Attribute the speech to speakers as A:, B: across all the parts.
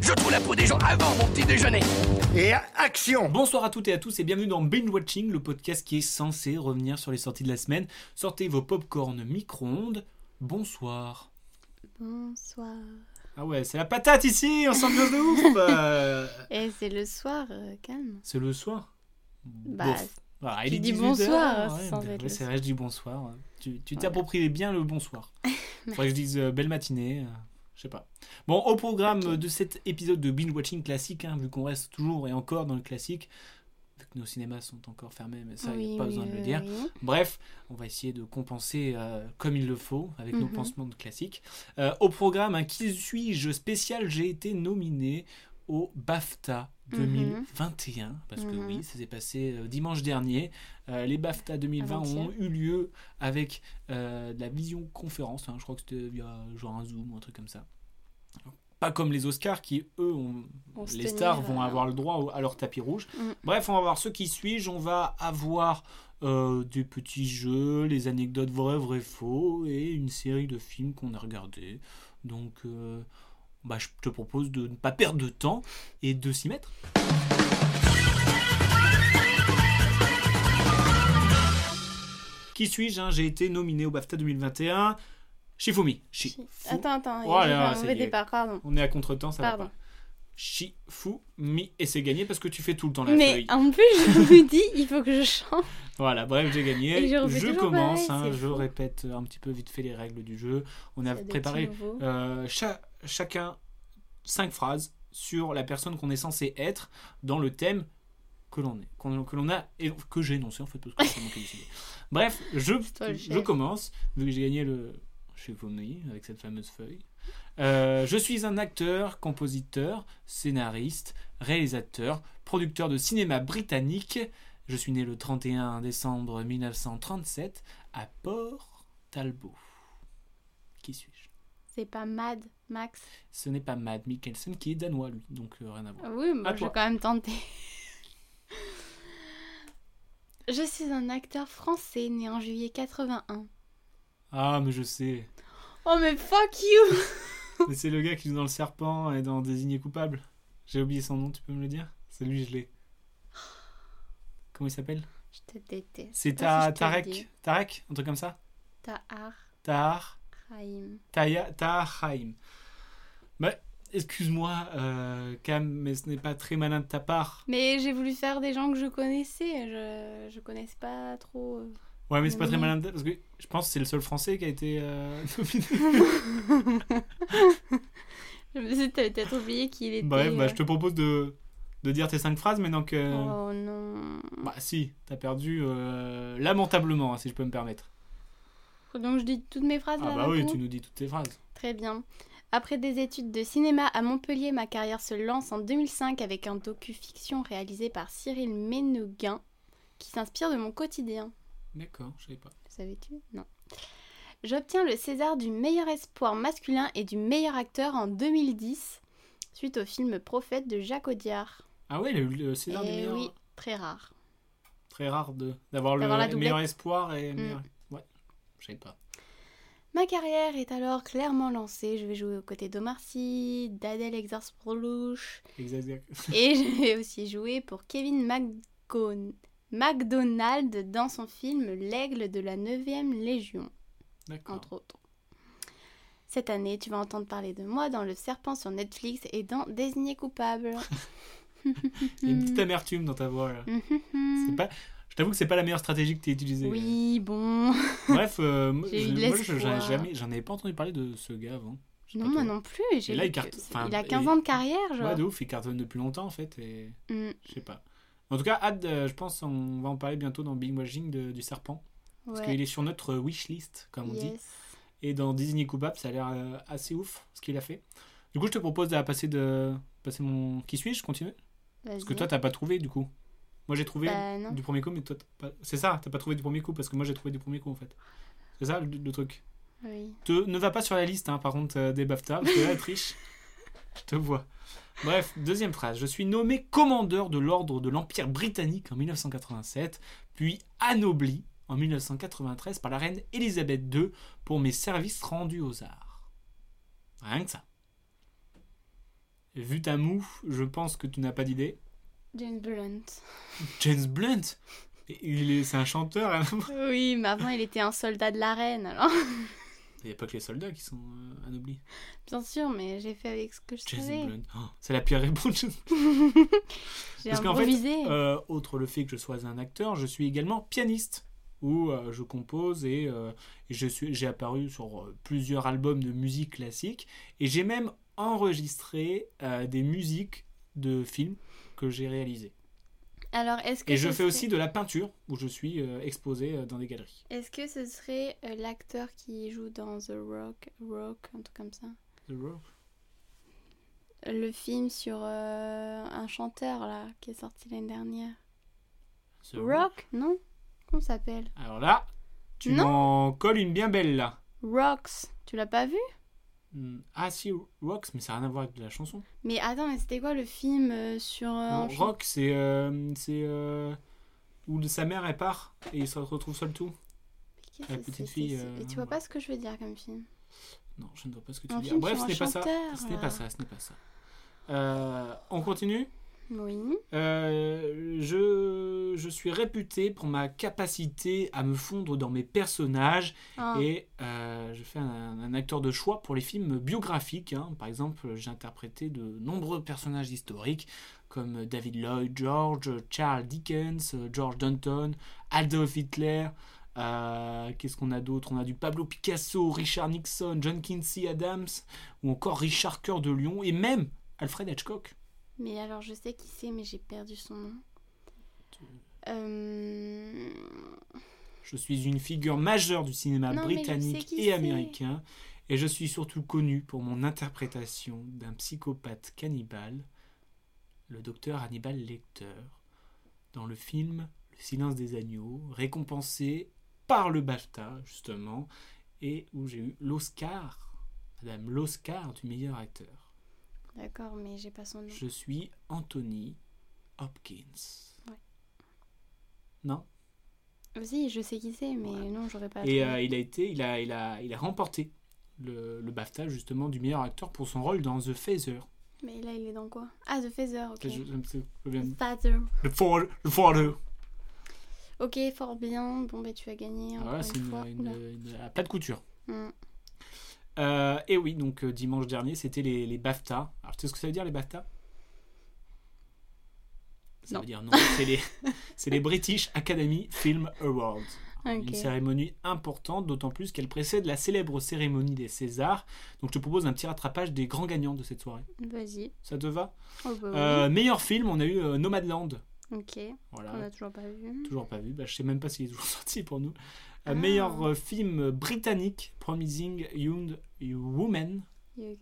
A: Je trouve la peau des gens avant mon petit déjeuner.
B: Et action
C: Bonsoir à toutes et à tous et bienvenue dans Binge Watching, le podcast qui est censé revenir sur les sorties de la semaine. Sortez vos popcorn micro-ondes. Bonsoir.
D: Bonsoir.
C: Ah ouais, c'est la patate ici, on s'ambiance de ouf euh...
D: Et c'est le soir, euh, calme.
C: C'est le soir
D: Bah, Bof.
C: Ah,
D: tu dis bonsoir,
C: ouais,
D: sans
C: bah,
D: être
C: ouais,
D: le
C: c'est
D: soir.
C: vrai, je dis bonsoir. Tu tu
D: Voilà.
C: t'appropries bien le bonsoir. Faudrait que je dise euh, belle matinée, euh, je sais pas. Bon, au programme euh, de cet épisode de binge watching classique, hein, vu qu'on reste toujours et encore dans le classique, vu que nos cinémas sont encore fermés, mais ça, il n'y
D: Oui,
C: a pas
D: oui,
C: besoin de le
D: oui,
C: dire.
D: oui.
C: Bref, on va essayer de compenser euh, comme il le faut avec nos
D: Mhm.
C: pansements de classique. Euh, au programme, un qui suis-je spécial, j'ai été nominé au BAFTA 2021, parce que
D: Mhm.
C: oui, ça s'est passé euh, dimanche dernier. Euh, les BAFTA 2020 ont
D: Avant-hier.
C: eu lieu avec euh, de la vision conférence, hein, je crois que c'était via genre un Zoom ou un truc comme ça. Pas comme les Oscars qui, eux, ont,
D: On se
C: les
D: tenir,
C: stars vont
D: euh,
C: avoir le droit au- à leur tapis rouge.
D: Mm.
C: Bref, on va voir ceux qui suis-je. On va avoir euh, des petits jeux, les anecdotes vraies, vraies, faux, et une série de films qu'on a regardés. Donc, euh, bah, je te propose de ne pas perdre de temps et de s'y mettre. Qui suis-je hein J'ai été nominé au BAFTA 2021. Shifumi. Shifumi.
D: Attends, attends,
C: Oh là
D: j'ai fait
C: là,
D: un
C: ça
D: mauvais
C: y est.
D: départ, pardon.
C: On est à contre-temps, ça va
D: Pardon.
C: pas. Shifumi, et c'est gagné parce que tu fais tout le temps la
D: Mais
C: feuille.
D: en plus, je me dis, il faut que je change.
C: Voilà, bref, j'ai gagné.
D: Et je refais toujours
C: commence,
D: pareil,
C: hein,
D: c'est
C: je
D: fou.
C: répète un petit peu vite fait les règles du jeu. On
D: Il
C: a
D: y a des
C: préparé
D: petits nouveaux.
C: euh, cha- chacun cinq phrases sur la personne qu'on est censé être dans le thème que l'on est, qu'on- que l'on a et que j'ai énoncé en fait parce que c'est moi qui ai décidé. Bref, je,
D: toi le
C: je
D: chef.
C: commence vu que j'ai gagné le chez Vomi avec cette fameuse feuille. Euh, je suis un acteur, compositeur, scénariste, réalisateur, producteur de cinéma britannique. Je suis né le 31 décembre 1937 à Port Talbot. Qui suis-je
D: C'est pas Mad Max.
C: Ce n'est pas Mad Mikkelsen qui est danois, lui, donc euh, rien à voir.
D: Ah Oui,
C: À
D: moi je
C: toi.
D: vais quand même tenter. Je suis un acteur français né en juillet 81.
C: Ah, mais je sais.
D: Oh mais fuck you
C: Mais c'est le gars qui joue dans Le Serpent et dans Désigné coupable. J'ai oublié son nom, tu peux me le dire C'est lui, je l'ai. Comment il s'appelle
D: Je te déteste.
C: C'est
D: Pas si
C: Ta-
D: je te le dis.
C: Tarek Tarek Un truc comme ça
D: Tahar
C: Tahar
D: Rahim.
C: Taya- Tahar Haim. Bah, excuse-moi, euh, Cam, mais ce n'est pas très malin de ta part.
D: Mais j'ai voulu faire des gens que je connaissais. Je, je connaissais pas trop. euh.
C: Ouais, mais c'est pas très
D: Oui.
C: malin de ta- parce que je pense que c'est le seul français qui a été euh, nominé.
D: Je me suis dit, t'avais peut-être oublié qu'il était.
C: Bref, bah, je te
D: euh,
C: propose de, de dire tes cinq phrases, mais donc. euh,
D: Oh non.
C: Bah si, t'as perdu euh, lamentablement, hein, si je peux me permettre.
D: Donc je dis toutes mes phrases
C: Ah
D: là
C: bah oui,
D: maintenant
C: tu nous dis toutes tes phrases.
D: Très bien. Après des études de cinéma à Montpellier, ma carrière se lance en 2005 avec un docu-fiction réalisé par Cyril Méneguin qui s'inspire de mon quotidien.
C: D'accord, je savais pas.
D: Le savais-tu Non. J'obtiens le César du meilleur espoir masculin et du meilleur acteur en 2010 suite au film Prophète de Jacques Audiard.
C: Ah ouais, il a eu le César du
D: Et
C: meilleur.
D: Eh oui, très rare.
C: Très rare de d'avoir le
D: D'avoir la
C: meilleur
D: doublette. Mm.
C: espoir et meilleur... Ouais, je savais pas.
D: Ma carrière est alors clairement lancée. Je vais jouer aux côtés d'Omar Sy, d'Adèle Exarchopoulos,
C: Exagère.
D: Et j'ai aussi joué pour Kevin McGon- McDonald dans son film L'Aigle de la 9e Légion,
C: D'accord.
D: entre autres. Cette année, tu vas entendre parler de moi dans Le Serpent sur Netflix et dans Désigné coupable.
C: Il y a une
D: Mm.
C: petite amertume dans ta voix là. C'est pas... Je t'avoue que c'est pas la meilleure stratégie que t'aies utilisée.
D: Mhm. Oui, bon.
C: Bref, euh, moi,
D: J'ai eu de
C: je- moi, je- j'en ai
D: l'espoir.
C: jamais, j'en avais pas entendu parler de ce gars avant. Je sais
D: Non,
C: pas
D: moi
C: toi.
D: non plus. j'ai
C: là,
D: vu
C: il
D: que
C: carte-
D: c'est-
C: enfin,
D: il a
C: il-
D: 15 ans de carrière, genre.
C: Ouais, de ouf, il cartonne depuis longtemps en fait et
D: Mm,
C: je sais pas. En tout cas, hâte, de- je pense on va en parler bientôt dans Big Washing de- du serpent. Parce
D: ouais.
C: qu'il est sur notre wishlist, comme on dit.
D: Yes.
C: Et dans Disney Coupable, ça a l'air euh, assez ouf ce qu'il a fait. Du coup, je te propose de passer, de... passer mon. Qui suis-je Continue. Parce que
D: Vas-y.
C: toi, t'as pas trouvé du coup. Moi, j'ai trouvé hein.
D: Bah, non.
C: du premier coup, mais toi, t'as pas... c'est ça, t'as pas trouvé du premier coup parce que moi, j'ai trouvé du premier coup en fait. C'est ça le, le truc.
D: Oui.
C: Te- ne va pas sur la liste, hein, par contre, euh, des BAFTA, parce que là, elle triche. Je te vois. Bref, deuxième phrase. Je suis nommé commandeur de l'ordre de l'Empire britannique en 1987, puis anobli en 1993 par la reine Elisabeth II pour mes services rendus aux arts. Rien que ça. Vu ta moue, je pense que tu n'as pas d'idée.
D: James Blunt.
C: James Blunt il est, C'est un chanteur. hein.
D: Oui, mais avant, il était un soldat de la reine, alors.
C: Il n'y a pas que les soldats qui sont euh, anoblis.
D: Bien sûr, mais j'ai fait avec ce que je
C: James
D: savais.
C: Blunt. Oh, c'est la pire réponse.
D: J'ai
C: Parce qu'en fait,
D: improvisé.
C: Euh, outre le fait que je sois un acteur, je suis également pianiste, où euh, je compose et, euh, et je suis, j'ai apparu sur euh, plusieurs albums de musique classique, et j'ai même enregistré euh, des musiques de films que j'ai réalisées.
D: Alors, est-ce que
C: Et je
D: ce
C: fais aussi
D: serait-
C: de la peinture, où je suis euh, exposé euh, dans des galeries.
D: Est-ce que ce serait euh, l'acteur qui joue dans The Rock, Rock, un truc comme ça Le film sur euh, un chanteur là qui est sorti l'année dernière.
C: The Rock.
D: Rock, non Comment ça s'appelle
C: Alors là, tu
D: Non.
C: m'en colles une bien belle là.
D: Rocks. Tu l'as pas vu
C: Hmm. Ah si, Rocks, mais ça n'a rien à voir avec la chanson.
D: Mais attends, mais c'était quoi le film euh, sur euh, un
C: Non,
D: chan-
C: Rock, c'est euh, c'est euh, où sa mère elle part et il se retrouve seul tout.
D: Qu'est-ce
C: la
D: que
C: petite
D: c'est,
C: fille,
D: c'est- c'est-
C: euh,
D: Et tu vois
C: voilà.
D: pas ce que je veux dire comme film
C: Non, je ne vois pas ce que tu
D: Un
C: dis.
D: film
C: Bref,
D: sur
C: ce n'est
D: un
C: pas ça.
D: chanteur,
C: Ce n'est
D: là.
C: pas ça. Ce n'est pas ça. Euh, on continue.
D: Oui.
C: Euh, je je suis réputé pour ma capacité à me fondre dans mes personnages
D: Ah,
C: Et euh, je fais un, un acteur de choix pour les films biographiques. hein. Par exemple, j'ai interprété de nombreux personnages historiques comme David Lloyd George, Charles Dickens, euh, George Danton, Adolf Hitler. euh, Qu'est-ce qu'on a d'autre On a du Pablo Picasso, Richard Nixon, John Quincy Adams ou encore Richard Coeur de Lion et même Alfred Hitchcock.
D: Mais alors je sais qui c'est, mais j'ai perdu son nom. Euh...
C: Je suis une figure majeure du cinéma
D: Non, mais je sais
C: britannique
D: qui
C: et
D: c'est.
C: américain, et je suis surtout connu pour mon interprétation d'un psychopathe cannibale, le docteur Hannibal Lecter, dans le film Le silence des agneaux, récompensé par le BAFTA, justement, et où j'ai eu l'Oscar, madame l'Oscar du meilleur acteur.
D: D'accord, mais j'ai pas son nom.
C: Je suis Anthony Hopkins.
D: Ouais.
C: Non
D: Si, je sais qui c'est, mais non, j'aurais pas.
C: Et
D: trouvé.
C: euh, il a été, il a, il a, il a remporté le, le BAFTA justement du meilleur acteur pour son rôle dans The Phaser.
D: Mais là, il est dans quoi Ah, The Phaser, ok.
C: Je- je- je- je viens de-
D: Father.
C: Le Father- le Father.
D: Ok, fort bien. Bon, bah, tu as gagné. encore
C: Voilà, Ah c'est
D: une
C: une,
D: fois.
C: une,
D: Oula.
C: une- à plat de couture.
D: Mm.
C: Euh, et oui, donc euh, dimanche dernier, c'était les, les BAFTA. Alors, tu sais ce que ça veut dire les BAFTA Ça
D: Non.
C: veut dire non, c'est les, c'est les British Academy Film Awards. Alors,
D: Ok.
C: Une cérémonie importante, d'autant plus qu'elle précède la célèbre cérémonie des Césars. Donc, je te propose un petit rattrapage des grands gagnants de cette soirée.
D: Vas-y.
C: Ça te va
D: Oh, bah, oui.
C: Euh, Meilleur film, on a eu euh, Nomadland.
D: Ok,
C: Voilà,
D: on a toujours pas vu.
C: Toujours pas vu. Bah, je sais même pas s'il est toujours sorti pour nous. Euh,
D: Ah.
C: Meilleur euh, film britannique, Promising Young Woman.
D: You-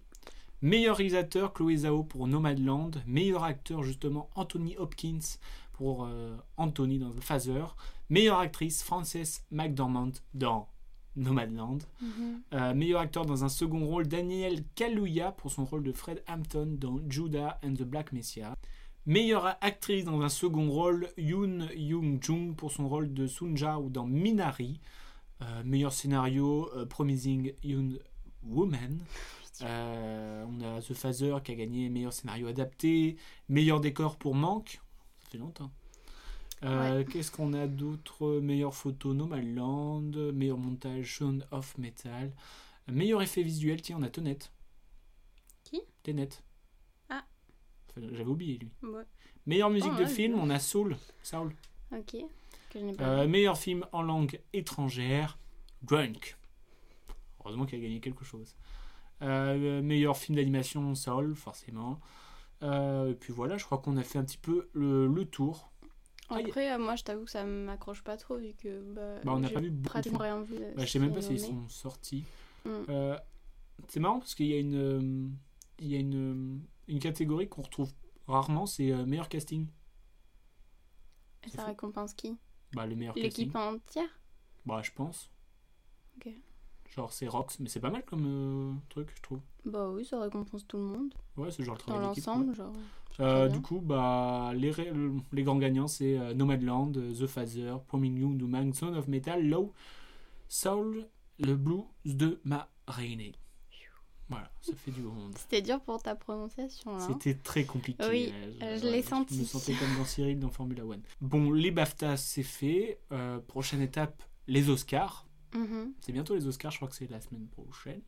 C: Meilleur réalisateur, Chloé Zhao pour Nomadland. Meilleur acteur, justement, Anthony Hopkins pour euh, Anthony dans The Phaser. Meilleure actrice, Frances McDormand dans Nomadland.
D: Mhm.
C: Euh, meilleur acteur dans un second rôle, Daniel Kaluuya pour son rôle de Fred Hampton dans Judah and the Black Messiah. Meilleure actrice dans un second rôle, Yoon Young-jung pour son rôle de Sunja ou dans Minari. Euh, meilleur scénario, euh, Promising Young Woman. Euh, on a The Phaser qui a gagné meilleur scénario adapté, meilleur décor pour Manque. Ça fait longtemps. Euh, Qu'est-ce qu'on a d'autre Meilleure photo Nomadland, meilleur montage Shaun of Metal, meilleur effet visuel, tiens, on a Tenet.
D: Qui
C: Tenet.
D: Ah.
C: Enfin, J'avais oublié lui.
D: Ouais.
C: Meilleure musique
D: Oh,
C: de
D: ouais,
C: film,
D: je-
C: on a Soul. Soul.
D: Ok, que je n'ai pas
C: Euh, meilleur film en langue étrangère, Drunk. Heureusement qu'il a gagné quelque chose. Euh, meilleur film d'animation, Soul, forcément. Euh, et puis voilà, je crois qu'on a fait un petit peu le, le tour. ah,
D: vu. Après, euh, moi, je t'avoue que ça m'accroche pas trop vu que. Bah,
C: Bah, on n'a
D: j'ai
C: pas vu beaucoup de
D: pratiquement
C: films.
D: rien vu. de
C: Bah, je
D: ce
C: sais même
D: qui
C: pas
D: est
C: s'ils
D: nommé.
C: sont sortis.
D: Mm.
C: Euh, c'est marrant parce qu'il y a une, euh, il y a une, euh, une catégorie qu'on retrouve rarement, c'est euh, meilleur casting.
D: Et
C: c'est
D: Ça
C: fou.
D: récompense qui
C: Bah, le meilleur casting.
D: L'équipe entière
C: Bah, je pense.
D: hein. Ok.
C: Je Genre, c'est Rox, mais c'est pas mal comme euh, truc, je trouve.
D: Bah oui, ça récompense tout le monde.
C: Ouais, c'est genre le
D: Dans
C: travail d'équipe, ouais.
D: l'ensemble, genre.
C: Euh,
D: bien.
C: du coup, bah, les, ré- les grands gagnants, c'est euh, Nomadland, euh, The Phaser, Promising Young Woman, Son of Metal, Low, Soul, le blues de ma Rainey. Voilà, ça fait du monde.
D: C'était dur pour ta prononciation, là. hein.
C: C'était très compliqué.
D: Oui,
C: Euh,
D: euh, je l'ai
C: Je me
D: senti.
C: sentais comme dans Cyril dans Formula One. Bon, les BAFTA, c'est fait. Euh, prochaine étape, les Oscars.
D: Mhm.
C: C'est bientôt les Oscars, je crois que c'est la semaine prochaine.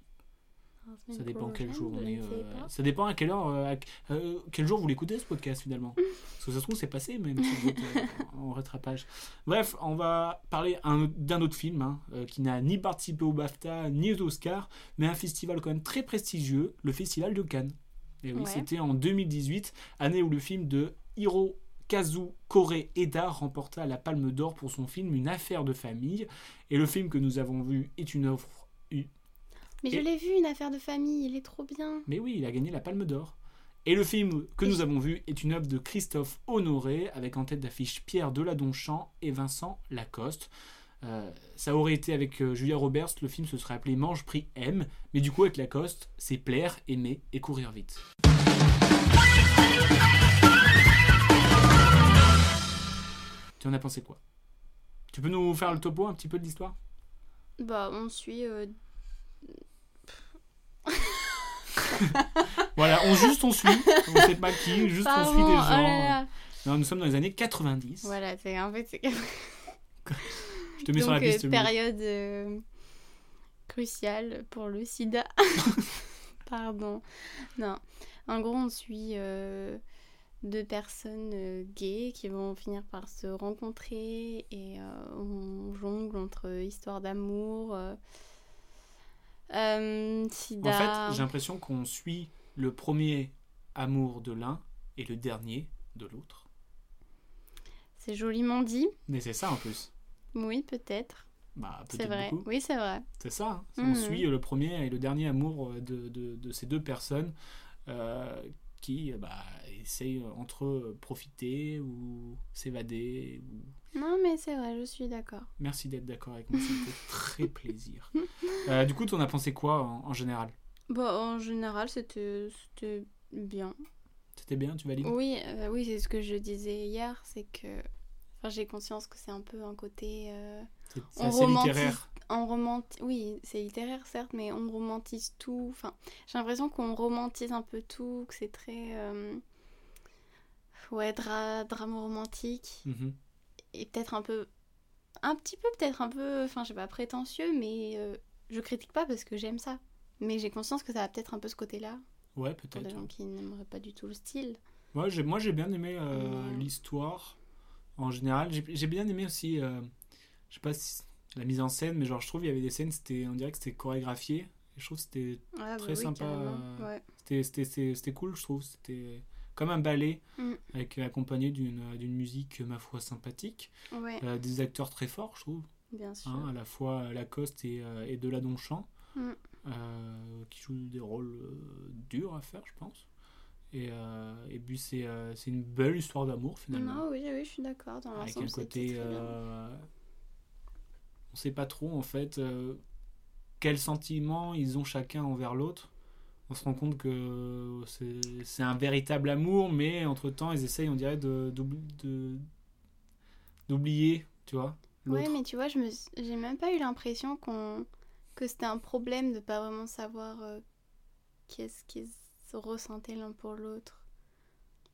D: La semaine
C: Ça dépend quel
D: prochaine,
C: jour
D: je
C: on
D: ne
C: est.
D: sais
C: euh,
D: pas.
C: ça dépend à quelle heure, euh, à- euh, quel jour vous l'écoutez ce podcast finalement. Parce que ça se trouve c'est passé même si vous êtes, euh, en rattrapage. Bref, on va parler un- d'un autre film hein, euh, qui n'a ni participé au BAFTA ni aux Oscars, mais un festival quand même très prestigieux, le Festival de Cannes. Et oui,
D: Ouais.
C: c'était en 2018, année où le film de Hiro Kazu Kore Eda remporta la Palme d'Or pour son film Une affaire de famille. Et le film que nous avons vu est une offre.
D: Mais je
C: Et-
D: l'ai vu, une affaire de famille, il est trop bien.
C: Mais oui, il a gagné la Palme d'Or. Et le film que nous avons vu est une œuvre de Christophe Honoré, avec en tête d'affiche Pierre Deladonchamp et Vincent Lacoste. Euh, ça aurait été avec euh, Julia Roberts, le film se serait appelé Mange, Prix, M, mais du coup avec Lacoste, c'est plaire, aimer et courir vite. Tu en as pensé quoi Tu peux nous faire le topo un petit peu de l'histoire
D: Bah, on suit. euh,
C: Voilà, on juste on suit, on sait pas qui, juste on suit
D: Pardon,
C: des
D: oh
C: gens. hein.
D: là là.
C: Non, nous sommes dans les années 90.
D: Voilà, c'est en fait, c'est
C: Je te mets sur la
D: donc, euh,
C: piste. Mimi.
D: période euh, cruciale pour le sida. Pardon. Non. En gros, on suit euh, deux personnes euh, gays qui vont finir par se rencontrer et euh, on jongle entre histoire d'amour, euh, euh,
C: En
D: sida.
C: fait, j'ai l'impression qu'on suit le premier amour de l'un et le dernier de l'autre.
D: C'est joliment dit.
C: Mais c'est ça en plus.
D: Oui, peut-être.
C: Bah,
D: C'est
C: peut-être
D: vrai.
C: beaucoup.
D: Oui, c'est vrai.
C: C'est ça. hein. C'est- On
D: Mhm.
C: suit le premier et le dernier amour euh, de, de- de ces deux personnes euh, qui bah, essayent entre eux euh, profiter ou s'évader. ou-
D: Non, mais c'est vrai, je suis d'accord.
C: Merci d'être d'accord avec moi. Ça me fait très plaisir. Euh, du coup, t'en as pensé quoi en, en général
D: Bon, en général, c'était c'était bien.
C: C'était bien, tu valides
D: Oui, euh, oui, c'est ce que je disais hier, c'est que enfin, j'ai conscience que c'est un peu un côté euh,
C: C'est c'est
D: On
C: assez
D: romantise.
C: littéraire.
D: on romantise oui, c'est littéraire certes, mais on romantise tout. Enfin, j'ai l'impression qu'on romantise un peu tout, que c'est très euh, ouais, dra- drame romantique
C: Mhm.
D: et peut-être un peu un petit peu peut-être un peu enfin, je sais pas prétentieux, mais euh, je critique pas parce que j'aime ça. Mais j'ai conscience que ça a peut-être un peu ce côté-là
C: Ouais,
D: pour des
C: peut-être.
D: gens qui n'aimeraient pas du tout le style.
C: Ouais, j'ai- moi j'ai bien aimé euh,
D: Mm.
C: l'histoire en général. J'ai j'ai bien aimé aussi, euh, je sais pas si la mise en scène, mais genre je trouve il y avait des scènes, c'était on dirait que c'était chorégraphié. Et je trouve que c'était
D: Ah,
C: Très sympa,
D: carrément,
C: euh,
D: ouais.
C: c'était- c'était- c'était- c'était cool, je trouve. C'était comme un ballet
D: Mm.
C: avec accompagné d'une d'une musique ma foi sympathique,
D: Ouais,
C: Euh, des acteurs très forts, je trouve.
D: bien sûr.
C: hein, à la fois euh, Lacoste et, euh, et Deladonchamp,
D: Mm.
C: euh, qui jouent des rôles euh, durs à faire, je pense. Et, euh, et puis c'est euh, c'est une belle histoire d'amour finalement,
D: Non, oui, oui, je suis d'accord. Dans
C: avec
D: l'ensemble,
C: un
D: c'était
C: côté,
D: très bien.
C: euh, on sait pas trop en fait euh, quels sentiments ils ont chacun envers l'autre. On se rend compte que c'est- c'est un véritable amour, mais entre temps ils essayent, on dirait, de- d'oubli- de- d'oublier, tu vois.
D: Ouais,
C: l'autre.
D: mais tu vois, je me, suis- j'ai même pas eu l'impression qu'on, que c'était un problème de pas vraiment savoir euh, qu'est-ce qu'ils ressentaient l'un pour l'autre.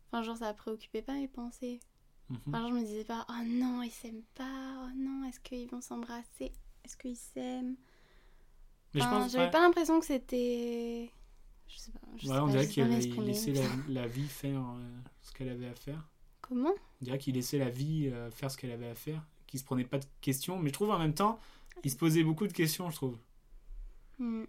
D: Enfin, genre, ça préoccupait pas mes pensées.
C: Mhm.
D: Enfin, genre, je me disais pas, oh non, ils s'aiment pas, oh non, est-ce qu'ils vont s'embrasser, est-ce qu'ils s'aiment.
C: Mais je
D: Enfin,
C: pense-
D: j'avais
C: ouais.
D: pas l'impression que c'était. Je sais pas, je
C: Voilà, on
D: sais pas,
C: dirait
D: je sais pas
C: qu'il
D: m'exprimer.
C: il laissait la, la vie faire euh, ce qu'elle avait à faire.
D: Comment
C: On dirait qu'il laissait la vie euh, faire ce qu'elle avait à faire, qu'il se prenait pas de questions. Mais je trouve en même temps, il se posait beaucoup de questions, je trouve.
D: Hmm,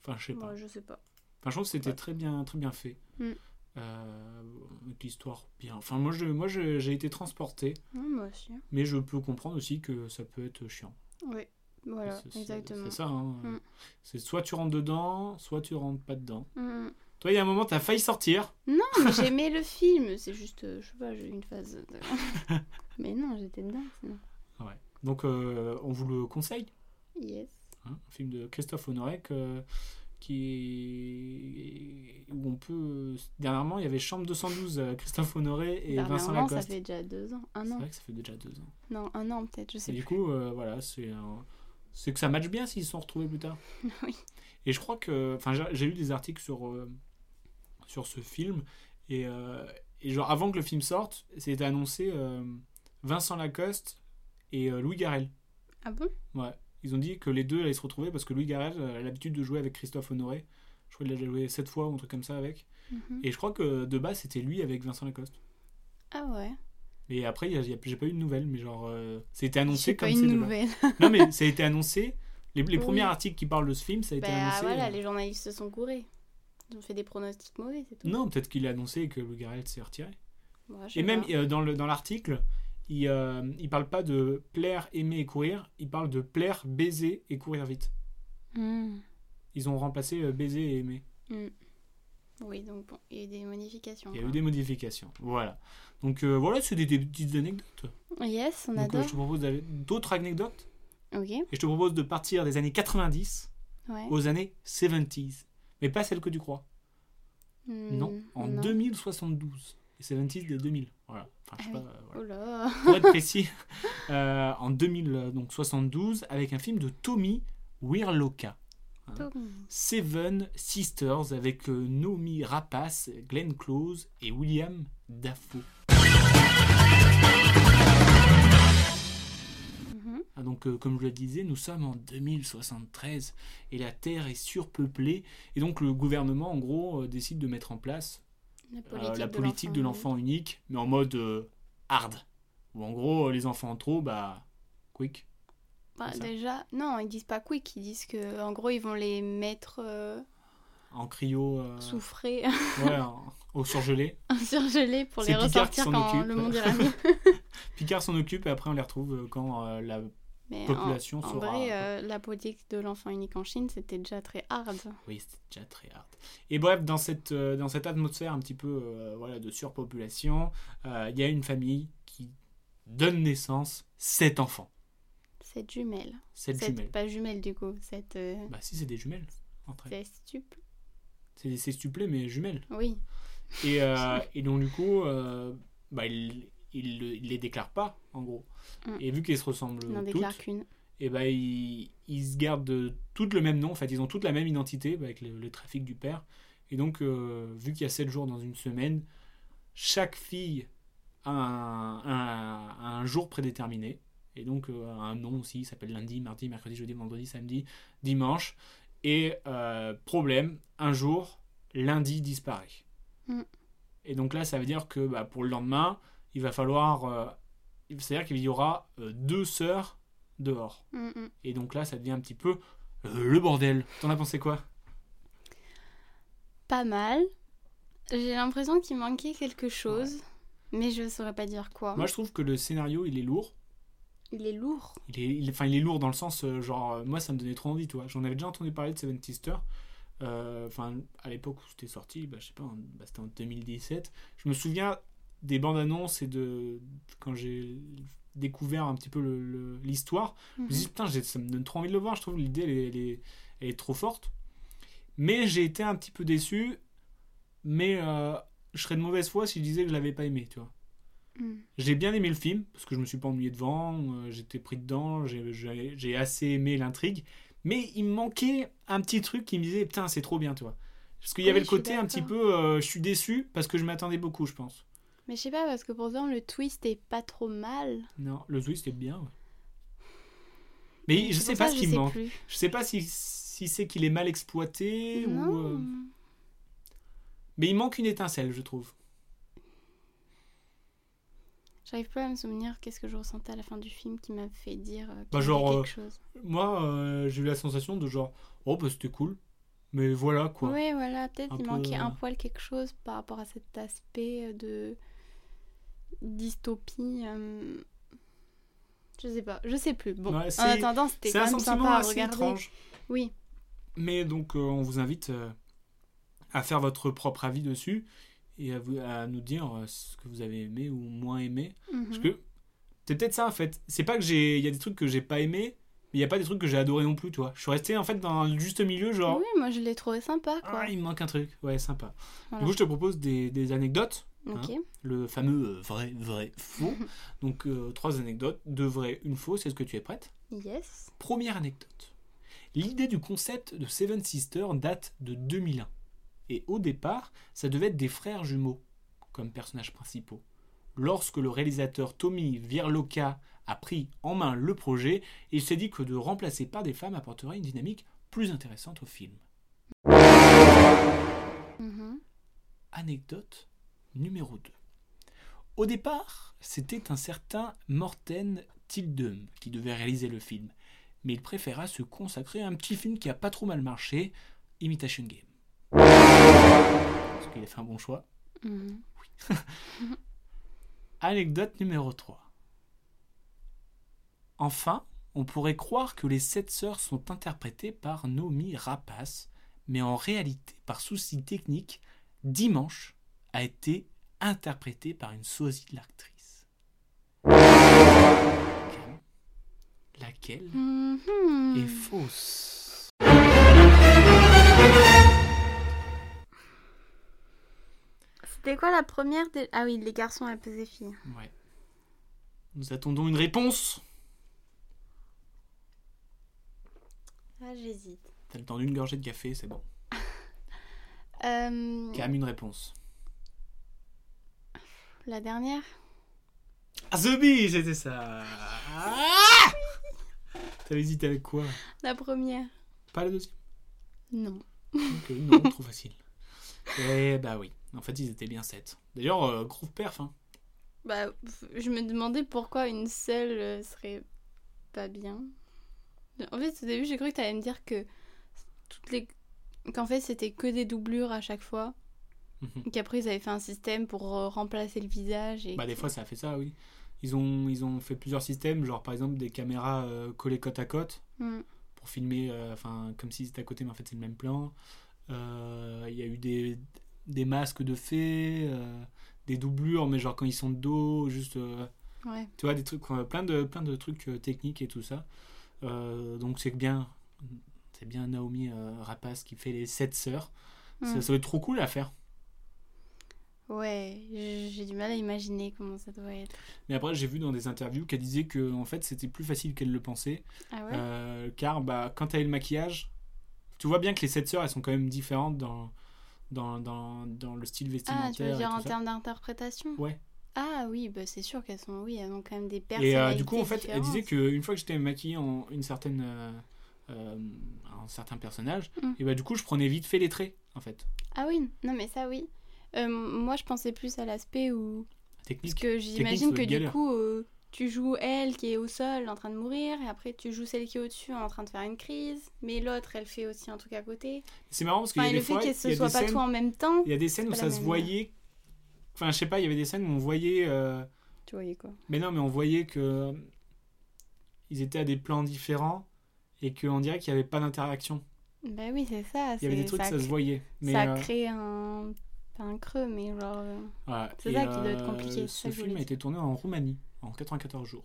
C: Enfin, je sais pas.
D: moi, je sais pas.
C: Enfin, je trouve que c'était très bien, très bien fait.
D: Mm.
C: Euh, avec l'histoire bien. Enfin, moi, je, moi, je- j'ai été transporté,
D: Non, moi aussi.
C: mais je peux comprendre aussi que ça peut être chiant.
D: Oui, voilà,
C: C'est- c'est-
D: exactement.
C: C'est ça. hein.
D: Mm.
C: C'est soit tu rentres dedans, soit tu rentres pas dedans.
D: Mm.
C: Toi, il y a un moment, t'as failli sortir.
D: Non, mais j'aimais le film, c'est juste, euh, je sais pas, j'ai eu une phase. de- mais non, j'étais dedans sinon.
C: Donc, euh, on vous le conseille.
D: Yes.
C: hein, un film de Christophe Honoré que- qui est- où on peut dernièrement il y avait Chambre 212 euh, Christophe Honoré et Vincent
D: Dernièrement, ça
C: Lacoste.
D: fait déjà deux ans. Un
C: C'est
D: an.
C: vrai que ça fait déjà deux ans.
D: Non, un an peut-être, je sais
C: Et du
D: plus.
C: coup, euh, voilà, c'est un- c'est que ça matche bien s'ils se sont retrouvés plus tard.
D: Oui.
C: Et je crois que. Enfin, j'ai- j'ai lu des articles sur, euh, sur ce film. Et, euh, et genre, avant que le film sorte, c'était annoncé euh, Vincent Lacoste et euh, Louis Garrel.
D: Ah bon
C: Ils ont dit que les deux allaient se retrouver parce que Louis Garrel euh, a l'habitude de jouer avec Christophe Honoré. Je crois qu'il a déjà joué sept fois ou un truc comme ça avec.
D: Mhm.
C: Et je crois que de base, c'était lui avec Vincent Lacoste.
D: Ah ouais.
C: Et après, il y a- il y a- j'ai pas eu de nouvelles, mais genre, euh, c'était annoncé
D: J'ai pas
C: comme ces
D: une
C: deux-là.
D: nouvelle.
C: Non, mais ça a été annoncé. Les, les
D: Oui.
C: premiers articles qui parlent de ce film, ça a été
D: Bah
C: annoncé.
D: voilà,
C: euh,
D: les journalistes se sont gourés. Ils ont fait des pronostics mauvais, c'est tout.
C: Non, peut-être qu'il a annoncé et que le Garrel s'est retiré.
D: Ouais, je sais
C: Et même
D: pas.
C: euh, dans le dans l'article, il, euh, il parle pas de plaire, aimer et courir. Il parle de plaire, baiser et courir vite.
D: Hmm.
C: Ils ont remplacé euh, baiser et aimer.
D: Oui, donc bon, il y a eu des modifications.
C: Il y a eu
D: quoi.
C: des modifications. Voilà. Donc euh, voilà, c'est des, des petites anecdotes.
D: Yes, on
C: Donc euh,
D: adore.
C: je te propose d'aller- d'autres anecdotes.
D: Ok,
C: Et je te propose de partir des années 90
D: ouais.
C: aux années 70s. Mais pas celles que tu crois.
D: Hmm,
C: Oh, Non, en 2072. Et c'est 26 des 2000. Voilà. Enfin, je sais
D: Ah
C: pas,
D: oui.
C: euh, voilà.
D: Oh là
C: Pour être précis, euh, en 2072, avec un film de Tommy Wirloka. Seven Sisters avec euh, Naomi Rapace, Glenn Close et William Dafoe.
D: Mhm.
C: Ah, donc, euh, comme je le disais, nous sommes en 2073 et la Terre est surpeuplée. Et donc, le gouvernement, en gros, euh, décide de mettre en place
D: La
C: euh,
D: politique,
C: la politique de l'enfant unique, mais en mode euh, hard. Ou en gros, euh, les enfants en trop, bah, quick.
D: Bah,
C: c'est ça.
D: déjà, non, ils disent pas quick, ils disent que en gros ils vont les mettre euh,
C: En cryo, euh,
D: souffrés,
C: ouais, en- au surgelé.
D: surgelés pour
C: C'est
D: les
C: Picard qui
D: ressortir
C: s'en
D: quand
C: occupe.
D: le monde ira mieux.
C: Picard s'en occupe et après on les retrouve euh, quand euh, la.
D: Mais
C: Population
D: en, en
C: sera-
D: vrai, euh, la politique de l'enfant unique en Chine c'était déjà très hard.
C: Oui, c'était déjà très hard. Et bref, dans cette, euh, dans cette atmosphère un petit peu euh, voilà, de surpopulation, euh, il y a une famille qui donne naissance, sept enfants.
D: Cette jumelle,
C: Sept
D: cette
C: jumelles.
D: pas jumelle du coup, cette euh,
C: Bah, si, c'est des jumelles. en fait.
D: cette stuple.
C: C'est des sextuplés, mais jumelles.
D: Oui,
C: Et, euh, et donc, du coup, euh, bah, il, il, le- il les déclare pas, en gros.
D: Mm.
C: Et vu qu'ils se ressemblent
D: n'en
C: Euh, toutes,
D: déclare qu'une.
C: et bah, ils, ils se gardent euh, toutes le même nom. En fait, ils ont toutes la même identité bah, avec le, le trafic du père. Et donc, euh, vu qu'il y a 7 jours dans une semaine, chaque fille a un, un- un jour prédéterminé. Et donc, euh, un nom aussi, il s'appelle lundi, mardi, mercredi, jeudi, vendredi, samedi, dimanche. Et euh, problème, un jour, lundi disparaît.
D: Mm.
C: Et donc là, ça veut dire que bah, pour le lendemain, il va falloir. euh, c'est-à-dire qu'il y aura euh, deux sœurs dehors.
D: Mm, mm.
C: Et donc là, ça devient un petit peu euh, le bordel. T'en as pensé quoi
D: Pas mal. J'ai l'impression qu'il manquait quelque chose, mais je saurais pas dire quoi.
C: Moi, je trouve que le scénario, il est lourd.
D: Il est lourd.
C: Il est, il- enfin, il est lourd dans le sens, euh, genre, euh, moi, ça me donnait trop envie, tu vois. J'en avais déjà entendu parler de Seven Sister. Euh, Enfin, à l'époque où c'était sorti, bah, je sais pas, en- bah, c'était en 2017. Je me souviens des bandes annonces et de quand j'ai découvert un petit peu le- le- l'histoire. Je me suis dit, putain, j'ai- ça me donne trop envie de le voir. Je trouve l'idée, elle, est- elle est- elle est trop forte. Mais j'ai été un petit peu déçu. Mais euh, je serais de mauvaise foi si je disais que je l'avais pas aimé, tu vois.
D: Mm.
C: J'ai bien aimé le film, parce que je me suis pas ennuyé devant, euh, j'étais pris dedans, j'ai- j'ai j'ai assez aimé l'intrigue. Mais il me manquait un petit truc qui me disait, putain, c'est trop bien, tu vois. Parce qu'il y
D: Oui,
C: avait le
D: je suis
C: côté un petit
D: d'accord.
C: peu, euh, je suis déçu, parce que je m'attendais beaucoup, je pense.
D: Mais je sais pas, parce que pourtant le twist est pas trop mal.
C: Non, le twist est bien, ouais. Mais je
D: C'est
C: sais
D: pour
C: pas
D: ça,
C: ce
D: je
C: qui me
D: sais
C: manque.
D: plus.
C: Je sais pas si, si c'est qu'il est mal exploité ou.
D: Non.
C: euh, Mais il manque une étincelle, je trouve.
D: J'arrive pas à me souvenir qu'est-ce que je ressentais à la fin du film qui m'a fait dire euh, qu'il
C: Bah,
D: y avait
C: genre, euh,
D: quelque chose.
C: Moi, euh, j'ai eu la sensation de genre, oh bah c'était cool, mais voilà quoi.
D: Ouais, voilà, peut-être
C: Un
D: il
C: peu,
D: manquait un
C: euh,
D: poil quelque chose par rapport à cet aspect euh, de dystopie. euh, Je sais pas, je sais plus. Bon,
C: Ouais, c'est-
D: en attendant, c'était
C: C'est
D: quand
C: un
D: même
C: sentiment
D: sympa à
C: assez
D: regarder.
C: étrange.
D: Oui,
C: Mais donc, euh, on vous invite euh, à faire votre propre avis dessus et à, vous- à nous dire euh, ce que vous avez aimé ou moins aimé.
D: mhm.
C: Parce que c'est peut-être ça en fait. C'est pas que j'ai. Il y a des trucs que j'ai pas aimé, mais il n'y a pas des trucs que j'ai adoré non plus, toi. Je suis resté en fait dans le juste milieu, genre,
D: Oui, moi je l'ai trouvé sympa, quoi.
C: ah, il me manque un truc. Ouais, sympa.
D: Voilà.
C: Du coup, je te propose des, des anecdotes.
D: Ok.
C: Le fameux euh, vrai, vrai, faux. Donc, euh, trois anecdotes, deux vraies, une fausse. Est-ce que tu es prête
D: Yes.
C: Première anecdote. L'idée du concept de Seven Sisters date de 2001. Et au départ, ça devait être des frères jumeaux comme personnages principaux. Lorsque le réalisateur Tommy Vierloca a pris en main le projet, il s'est dit que de remplacer par des femmes apporterait une dynamique plus intéressante au film.
D: Mhm.
C: Anecdote numéro 2. Au départ, c'était un certain Morten Tildum qui devait réaliser le film, mais il préféra se consacrer à un petit film qui a pas trop mal marché, Imitation Game. Parce qu'il a fait un bon choix.
D: Mhm.
C: Anecdote numéro 3. Enfin, on pourrait croire que les sept sœurs sont interprétées par Nomi Rapace, mais en réalité, par souci technique, Dimanche a été interprété par une sosie de l'actrice. Laquelle- Laquelle
D: Mhm.
C: est fausse
D: C'était quoi la première des- Ah oui, les garçons à peser filles.
C: Ouais. Nous attendons une réponse.
D: Ah, j'hésite.
C: T'as le temps d'une gorgée de café, c'est bon.
D: Euh,
C: Cam, une réponse.
D: la dernière
C: Ah, The Bee, c'était ça. Ah T'avais hésité avec quoi
D: La première
C: Pas la deuxième
D: Non.
C: Ok, non, trop facile. Eh bah oui. En fait, ils étaient bien sept. D'ailleurs, euh, groove perf. Hein.
D: Bah, f- je me demandais pourquoi une seule euh, serait pas bien. En fait, au début, j'ai cru que t'allais me dire que toutes les qu'en fait, c'était que des doublures à chaque fois.
C: Mhm.
D: Et qu'après, ils avaient fait un système pour euh, remplacer le visage. Et...
C: Bah, des fois, ça a fait ça, oui. Ils ont, ils ont fait plusieurs systèmes, genre par exemple des caméras euh, collées côte à côte
D: Mm.
C: pour filmer, euh, enfin, comme si c'était à côté, mais en fait, c'est le même plan. Euh, Il y a eu des, des masques de fées, euh, des doublures, mais genre quand ils sont de dos, juste. euh,
D: Ouais.
C: tu vois des trucs euh, plein de plein de trucs euh, techniques et tout ça Euh, donc c'est bien c'est bien Naomi euh, Rapace qui fait les sept sœurs
D: Mm.
C: ça, ça va être trop cool à faire
D: Ouais, j- j'ai du mal à imaginer comment ça doit être.
C: mais après j'ai vu dans des interviews qu'elle disait que en fait c'était plus facile qu'elle le pensait
D: Ah ouais
C: Euh, car bah, quand elle le maquillage, tu vois bien que les sept sœurs elles sont quand même différentes dans, dans, dans, dans le style vestimentaire.
D: Ah, tu veux
C: et
D: dire
C: tout
D: en
C: ça.
D: termes d'interprétation
C: Ouais.
D: Ah oui, bah c'est sûr qu'elles sont, oui, elles ont quand même des
C: Et
D: personnalités
C: euh, du coup, en fait, elle disait
D: différentes.
C: qu'une fois que j'étais maquillée en une certaine, euh, euh, un certain personnage,
D: Mm.
C: et bah du coup, je prenais vite fait les traits, en fait.
D: Ah oui, non mais ça oui. Euh, moi, je pensais plus à l'aspect où... Parce
C: Technique.
D: que
C: ça
D: j'imagine
C: doit
D: que
C: être
D: du
C: galère.
D: coup, euh, tu joues elle qui est au sol en train de mourir, et après tu joues celle qui est au-dessus en train de faire une crise, mais l'autre, elle fait aussi un truc à côté.
C: C'est marrant parce qu'il
D: Enfin,
C: y
D: et le
C: a des
D: fait
C: fois, il y a
D: qu'elles se soient
C: des
D: pas tout
C: scènes,
D: en même temps...
C: il y a des scènes où
D: pas la
C: ça se
D: même-
C: voyait. Enfin, je sais pas, il y avait des scènes où on voyait. euh,
D: Tu voyais quoi
C: Mais non, mais on voyait que ils étaient à des plans différents et qu'on dirait qu'il n'y avait pas d'interaction.
D: Bah oui, c'est ça.
C: Il y avait des trucs, ça, se voyait. Mais
D: ça
C: euh,
D: crée un... pas un creux, mais genre... euh,
C: voilà.
D: c'est
C: Et, euh,
D: ça qui doit être compliqué, c'est ça
C: Ce
D: que je
C: film a
D: voulais
C: été tourné en Roumanie en 94 jours.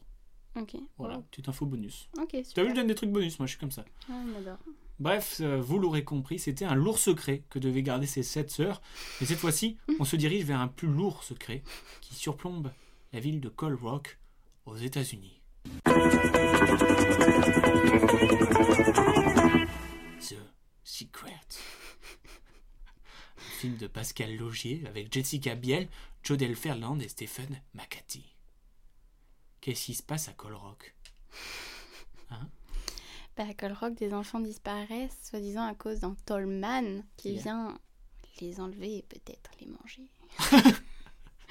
D: Ok.
C: Voilà, petite info bonus.
D: Wow. Ok,
C: T'as
D: super.
C: vu, je donne des trucs bonus, moi je suis comme ça.
D: Ah, on adore.
C: Bref, euh, vous l'aurez compris, c'était un lourd secret que devaient garder ces sept sœurs. Mais cette fois-ci, on se dirige vers un plus lourd secret qui surplombe la ville de Cole Rock aux États-Unis. The Secret. Un film de Pascal Logier avec Jessica Biel, Jodel Ferland et Stephen McCarthy. Qu'est-ce qui se passe à Cole Rock
D: Bah, à Col Rock, des enfants disparaissent, soi-disant à cause d'un Tollman qui
C: Yeah.
D: vient les enlever et peut-être les manger.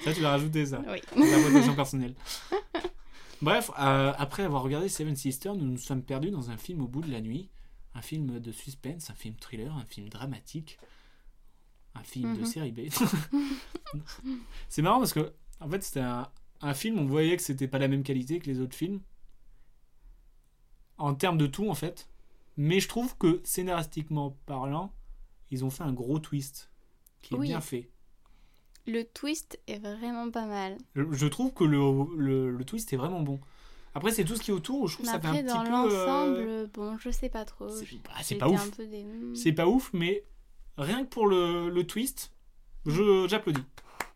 C: Ça, tu l'as rajouté, ça.
D: Oui.
C: la vocation personnelle. Bref, euh, après avoir regardé Seven Sisters, nous nous sommes perdus dans un film au bout de la nuit. Un film de suspense, un film thriller, un film dramatique, un film de
D: Mhm.
C: série B. c'est marrant parce que, en fait, c'était un, un film, on voyait que c'était pas la même qualité que les autres films. En termes de tout, en fait. Mais je trouve que, scénaristiquement parlant, ils ont fait un gros twist qui est
D: Oui.
C: bien fait.
D: Le twist est vraiment pas mal.
C: Je je trouve que le, le, le twist est vraiment bon. Après, c'est tout ce qui est autour où je trouve
D: Mais
C: que ça fait
D: après,
C: un
D: dans
C: petit peu.
D: l'ensemble,
C: euh,
D: bon, je sais pas trop.
C: c'est-
D: J-
C: bah, c'est
D: j'étais
C: pas ouf.
D: un peu des-
C: C'est pas ouf, mais rien que pour le, le twist, je- j'applaudis.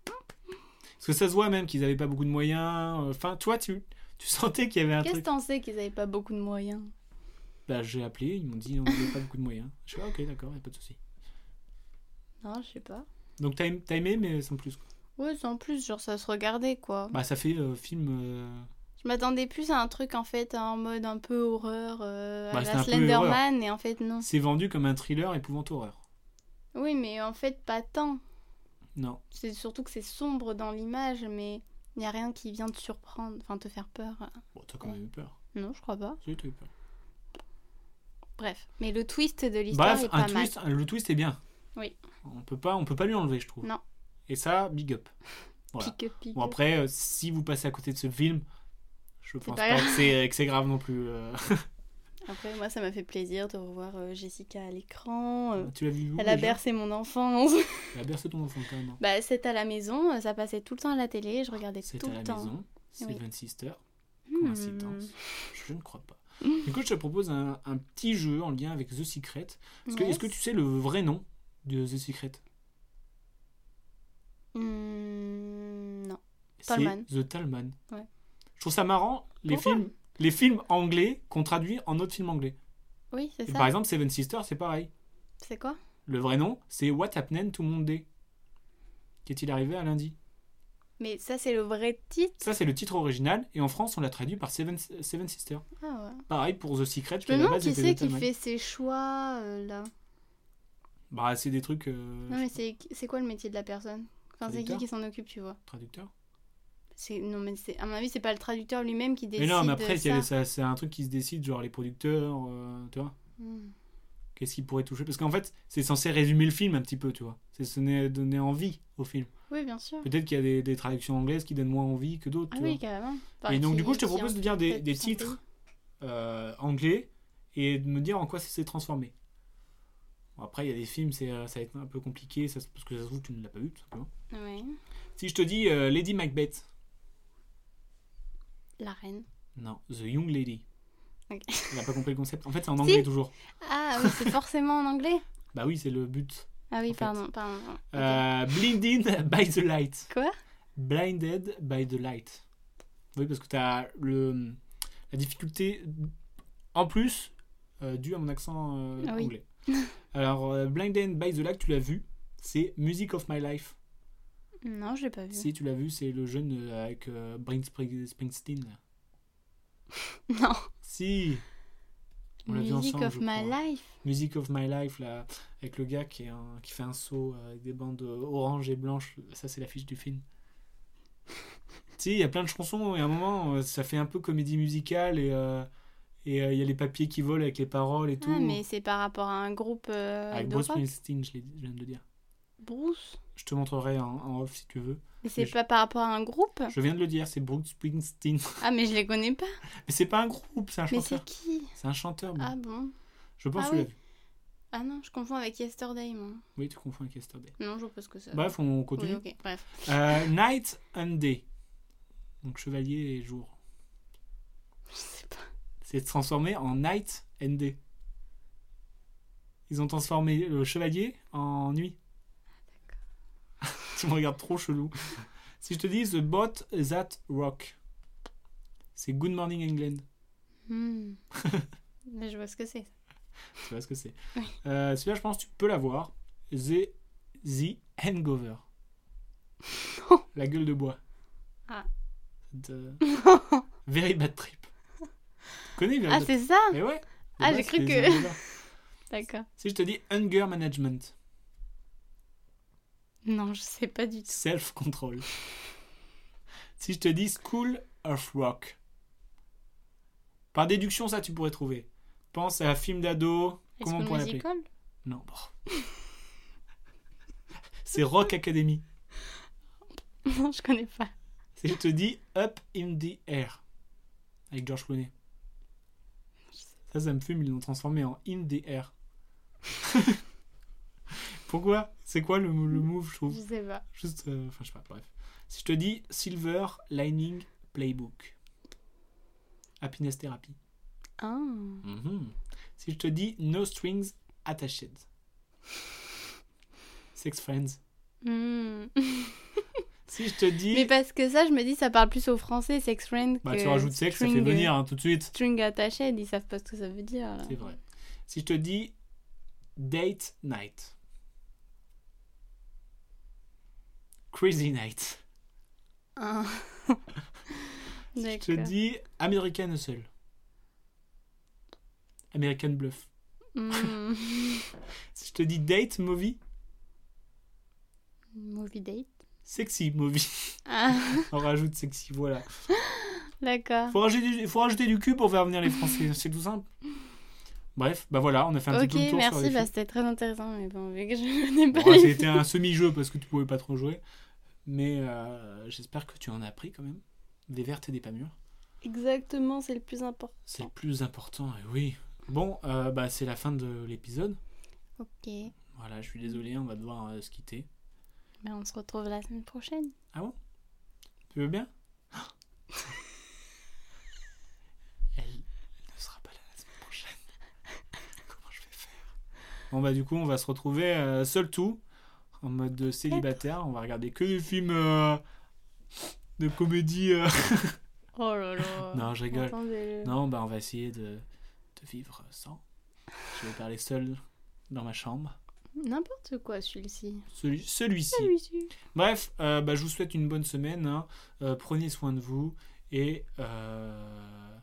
C: Parce que ça se voit même qu'ils avaient pas beaucoup de moyens. euh, Enfin, toi, tu, tu sentais qu'il y avait un
D: Qu'est-ce que
C: truc.
D: t'en sais qu'ils avaient pas beaucoup de moyens
C: Bah, j'ai appelé, ils m'ont dit on n'avait pas beaucoup de moyens. Je suis ah, ok, d'accord, y a pas de souci.
D: Non, je sais pas.
C: Donc, t'as aimé, t'as aimé, mais sans plus. quoi.
D: Ouais, c'est en plus, genre, ça se regardait, quoi.
C: Bah, ça fait euh, film. euh,
D: Je m'attendais plus à un truc, en fait, en mode un peu horreur, euh,
C: Bah,
D: à
C: c'était un
D: la
C: peu
D: Slenderman, et en fait, non.
C: C'est vendu comme un thriller épouvante horreur.
D: Oui, mais en fait, pas tant.
C: Non.
D: C'est surtout que c'est sombre dans l'image, mais il n'y a rien qui vient te surprendre, enfin, te faire peur.
C: Bon, t'as quand même eu peur.
D: Non, je crois pas.
C: Si, t'as eu peur.
D: Bref. Mais le twist de l'histoire
C: Bref,
D: est
C: un
D: pas mal.
C: twist, le twist est bien.
D: Oui.
C: On peut pas, on peut pas lui enlever, je trouve.
D: Non.
C: Et ça, big up. Voilà.
D: Pique, pique.
C: Bon après, euh, si vous passez à côté de ce film, je pense
D: pas
C: pas,
D: grave.
C: que c'est que c'est grave non plus. euh.
D: Après, moi, ça m'a fait plaisir de revoir euh, Jessica à l'écran. euh,
C: tu l'as vu où
D: Elle a
C: déjà
D: bercé mon enfance.
C: Elle a bercé ton enfant quand même. hein.
D: bah, c'est à la maison, euh, ça passait tout le temps à la télé, je regardais
C: C'est
D: tout
C: à
D: le
C: la
D: temps.
C: maison. C'est
D: Oui.
C: 26 heures.
D: Hmm.
C: Coïncidence. Je ne crois pas. Du coup, je te propose un, un petit jeu en lien avec The Secret. Est-ce que, est-ce que
D: Yes.
C: tu sais le vrai nom de The Secret
D: Hmm, Non.
C: C'est
D: Talman.
C: The Talman.
D: Ouais.
C: Je trouve ça marrant, les
D: Pourquoi
C: films, les films anglais qu'on traduit en autre film anglais.
D: Oui, c'est
C: Et
D: ça.
C: par exemple, Seven Sisters, c'est pareil.
D: C'est quoi
C: Le vrai nom, c'est What Happened to Monday. Qu'est-il arrivé à lundi
D: Mais ça, c'est le vrai titre.
C: Ça, c'est le titre original, et en France, on l'a traduit par Seven, Seven Sisters.
D: Ah ouais.
C: Pareil pour The Secret, qui
D: Je
C: à
D: me
C: la
D: demande
C: base
D: qui
C: était
D: c'est
C: The
D: qui
C: Talman.
D: fait ses choix euh, là.
C: Bah, c'est des trucs. euh,
D: Non, mais c'est c'est quoi le métier de la personne Enfin, c'est qui
C: Traducteur
D: qui s'en occupe, tu vois
C: Traducteur
D: C'est- Non, mais c'est- à mon avis, c'est pas le traducteur lui-même qui
C: Mais
D: décide.
C: non, mais après, il y a
D: ça.
C: des- ça- c'est un truc qui se décide, genre les producteurs, euh, tu vois.
D: Hmm.
C: Qu'est-ce qui pourrait toucher Parce qu'en fait, c'est censé résumer le film un petit peu, tu vois. C'est se donner- donner envie au film.
D: Oui, bien sûr.
C: Peut-être qu'il y a des, des traductions anglaises qui donnent moins envie que d'autres,
D: Ah
C: tu
D: oui,
C: vois.
D: carrément.
C: Et donc, du coup, je te
D: qui- qui
C: propose
D: en
C: de dire des,
D: fait
C: des
D: tout un pays.
C: titres euh, anglais et de me dire en quoi ça s'est transformé. Bon, après, il y a des films, c'est, euh, ça va être un peu compliqué ça se- parce que ça se trouve, tu ne l'as pas vu, tout simplement.
D: Ouais.
C: Si je te dis euh, Lady Macbeth,
D: La reine.
C: non, The Young Lady.
D: Ok.
C: Tu n'as pas compris le concept. En fait, c'est en anglais toujours.
D: Ah oui, c'est forcément en anglais
C: Bah oui, c'est le but.
D: Ah oui,
C: En fait.
D: pardon, pardon. pardon. Ok.
C: Euh, Blinded by the light.
D: Quoi
C: Blinded by the light. Oui, parce que tu as le, la difficulté en plus euh, due à mon accent euh,
D: Ah oui.
C: anglais. Alors, euh, Blinded by the light, tu l'as vu, c'est Music of My Life.
D: Non, je l'ai pas vu.
C: Si tu l'as vu, c'est le jeune euh, avec euh, Brin- Spring- Springsteen. là.
D: Non.
C: Si On l'a vu
D: Music
C: ensemble,
D: of
C: je
D: my
C: crois.
D: life.
C: Music of My Life, là, avec le gars qui, est un- qui fait un saut euh, avec des bandes euh, orange et blanches. Ça, c'est l'affiche du film. si, il y a plein de chansons et à un moment, euh, ça fait un peu comédie musicale et euh, et, euh, il y a les papiers qui volent avec les paroles et tout.
D: Ah, mais c'est par rapport à un groupe euh,
C: avec
D: de
C: Bruce
D: rock.
C: Springsteen, je, l'ai- je viens de le dire.
D: Bruce.
C: Je te montrerai en, en off si tu veux.
D: Mais c'est
C: je-
D: pas par rapport à un groupe
C: Je viens de le dire, c'est Bruce Springsteen.
D: Ah, mais je les connais pas.
C: mais c'est pas un groupe, c'est un
D: Mais
C: chanteur.
D: c'est qui
C: C'est un chanteur, bon.
D: Ah bon
C: je pense
D: ah
C: que tu
D: oui.
C: l'as vu.
D: Ah non, je confonds avec Yesterday, moi.
C: Oui, tu confonds avec Yesterday.
D: Non, je vois pas ce que c'est.
C: Bref, on
D: Euh, Oui,
C: continue.
D: ok, bref.
C: Euh, Night and Day. Donc chevalier et jour.
D: Je sais pas.
C: C'est transformé en Night and Day. Ils ont transformé le chevalier en nuit. tu me regardes trop chelou. si je te dis The Boat That Rock, c'est Good Morning England.
D: Hmm. mais je vois ce que c'est.
C: Tu vois ce que c'est. Euh, Celui-là, je pense que tu peux l'avoir. The, the Hangover. La gueule de bois.
D: Ah.
C: De- Very Bad Trip. Tu connais Very
D: Ah,
C: Bad
D: c'est ça
C: Mais ouais.
D: Ah,
C: De
D: j'ai
C: base,
D: cru
C: c'est
D: que-
C: les Hangover.
D: D'accord.
C: Si je te dis Hunger Management,
D: Non, je sais pas du tout.
C: Self-Control. si je te dis School of Rock. Par déduction, ça, tu pourrais trouver. Pense à film d'ado.
D: High
C: Comment on
D: School
C: pourrait l'appeler
D: Musical
C: Non, bon. C'est Rock Academy.
D: Non, je connais pas.
C: Si je te dis Up in the Air. Avec George Clooney. Ça, ça me fume, ils l'ont transformé en In the Air. Pourquoi C'est quoi le, le move, je trouve
D: Je sais pas.
C: Juste, euh, enfin, je sais pas, bref. Si je te dis Silver Lining Playbook, Happiness Therapy.
D: Ah.
C: Mhm. Si je te dis No Strings Attached. Sex Friends.
D: Hmm.
C: Si je te dis...
D: Mais parce que ça, je me dis, ça parle plus au français, sex friend.
C: Bah,
D: que
C: tu rajoutes sexe, ça fait
D: string, euh,
C: venir hein, tout de suite.
D: String attaché, ils savent pas ce que ça veut dire. là.
C: C'est vrai. Si je te dis date night, crazy night,
D: Ah.
C: si je te
D: D'accord.
C: dis American Hustle, American Bluff,
D: Hmm.
C: si je te dis date movie,
D: Movie date.
C: sexy movie,
D: Ah,
C: on rajoute sexy, voilà.
D: d'accord.
C: Faut rajouter du, faut rajouter du cul pour faire venir les Français, c'est tout simple. Bref, bah voilà, on a fait un
D: Ok,
C: petit peu le tour sur
D: merci,
C: les
D: bah,
C: films.
D: c'était très intéressant, mais bon, vu que je connais pas
C: Bon,
D: les
C: c'était un semi-jeu parce que tu pouvais pas trop jouer. Mais euh, j'espère que tu en as appris quand même. Des vertes et des pas mûres.
D: Exactement, c'est le plus important.
C: C'est le plus important, et oui. Bon, euh, bah, c'est la fin de l'épisode.
D: Ok, ben,
C: Voilà, je suis désolé, on va devoir euh, se quitter.
D: on se retrouve la semaine prochaine.
C: Tu veux bien Elle ne sera pas là la semaine prochaine. Comment je vais faire Bon, bah, du coup, on va se retrouver euh, seul tout, en mode de célibataire. On va regarder que des films euh, de comédie. euh,
D: Oh là là.
C: Non, je rigole.
D: Entendez-le.
C: Non, bah on va essayer de, de vivre sans. Je vais parler seul dans ma chambre.
D: N'importe quoi, celui-ci.
C: Celui- Celui-ci.
D: Celui-ci.
C: Bref, euh, bah, je vous souhaite une bonne semaine. hein. Euh, prenez soin de vous. Et, euh,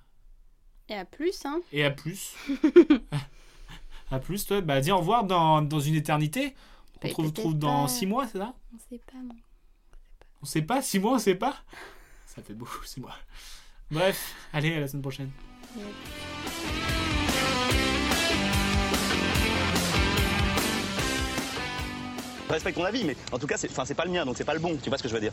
D: Et à plus, hein.
C: et à plus. à plus, toi. Bah, dis au revoir dans, dans une éternité. On
D: Mais
C: se retrouve
D: Bah, peut-être
C: trouve dans
D: pas.
C: 6 mois, c'est ça
D: On sait pas, mon
C: On sait pas 6 mois, on sait pas Ça fait beaucoup, 6 mois. Bref, allez, à la semaine prochaine.
E: Je respecte ton avis, mais en tout cas, c'est enfin, c'est pas le mien, donc c'est pas le bon. Tu vois ce que je veux dire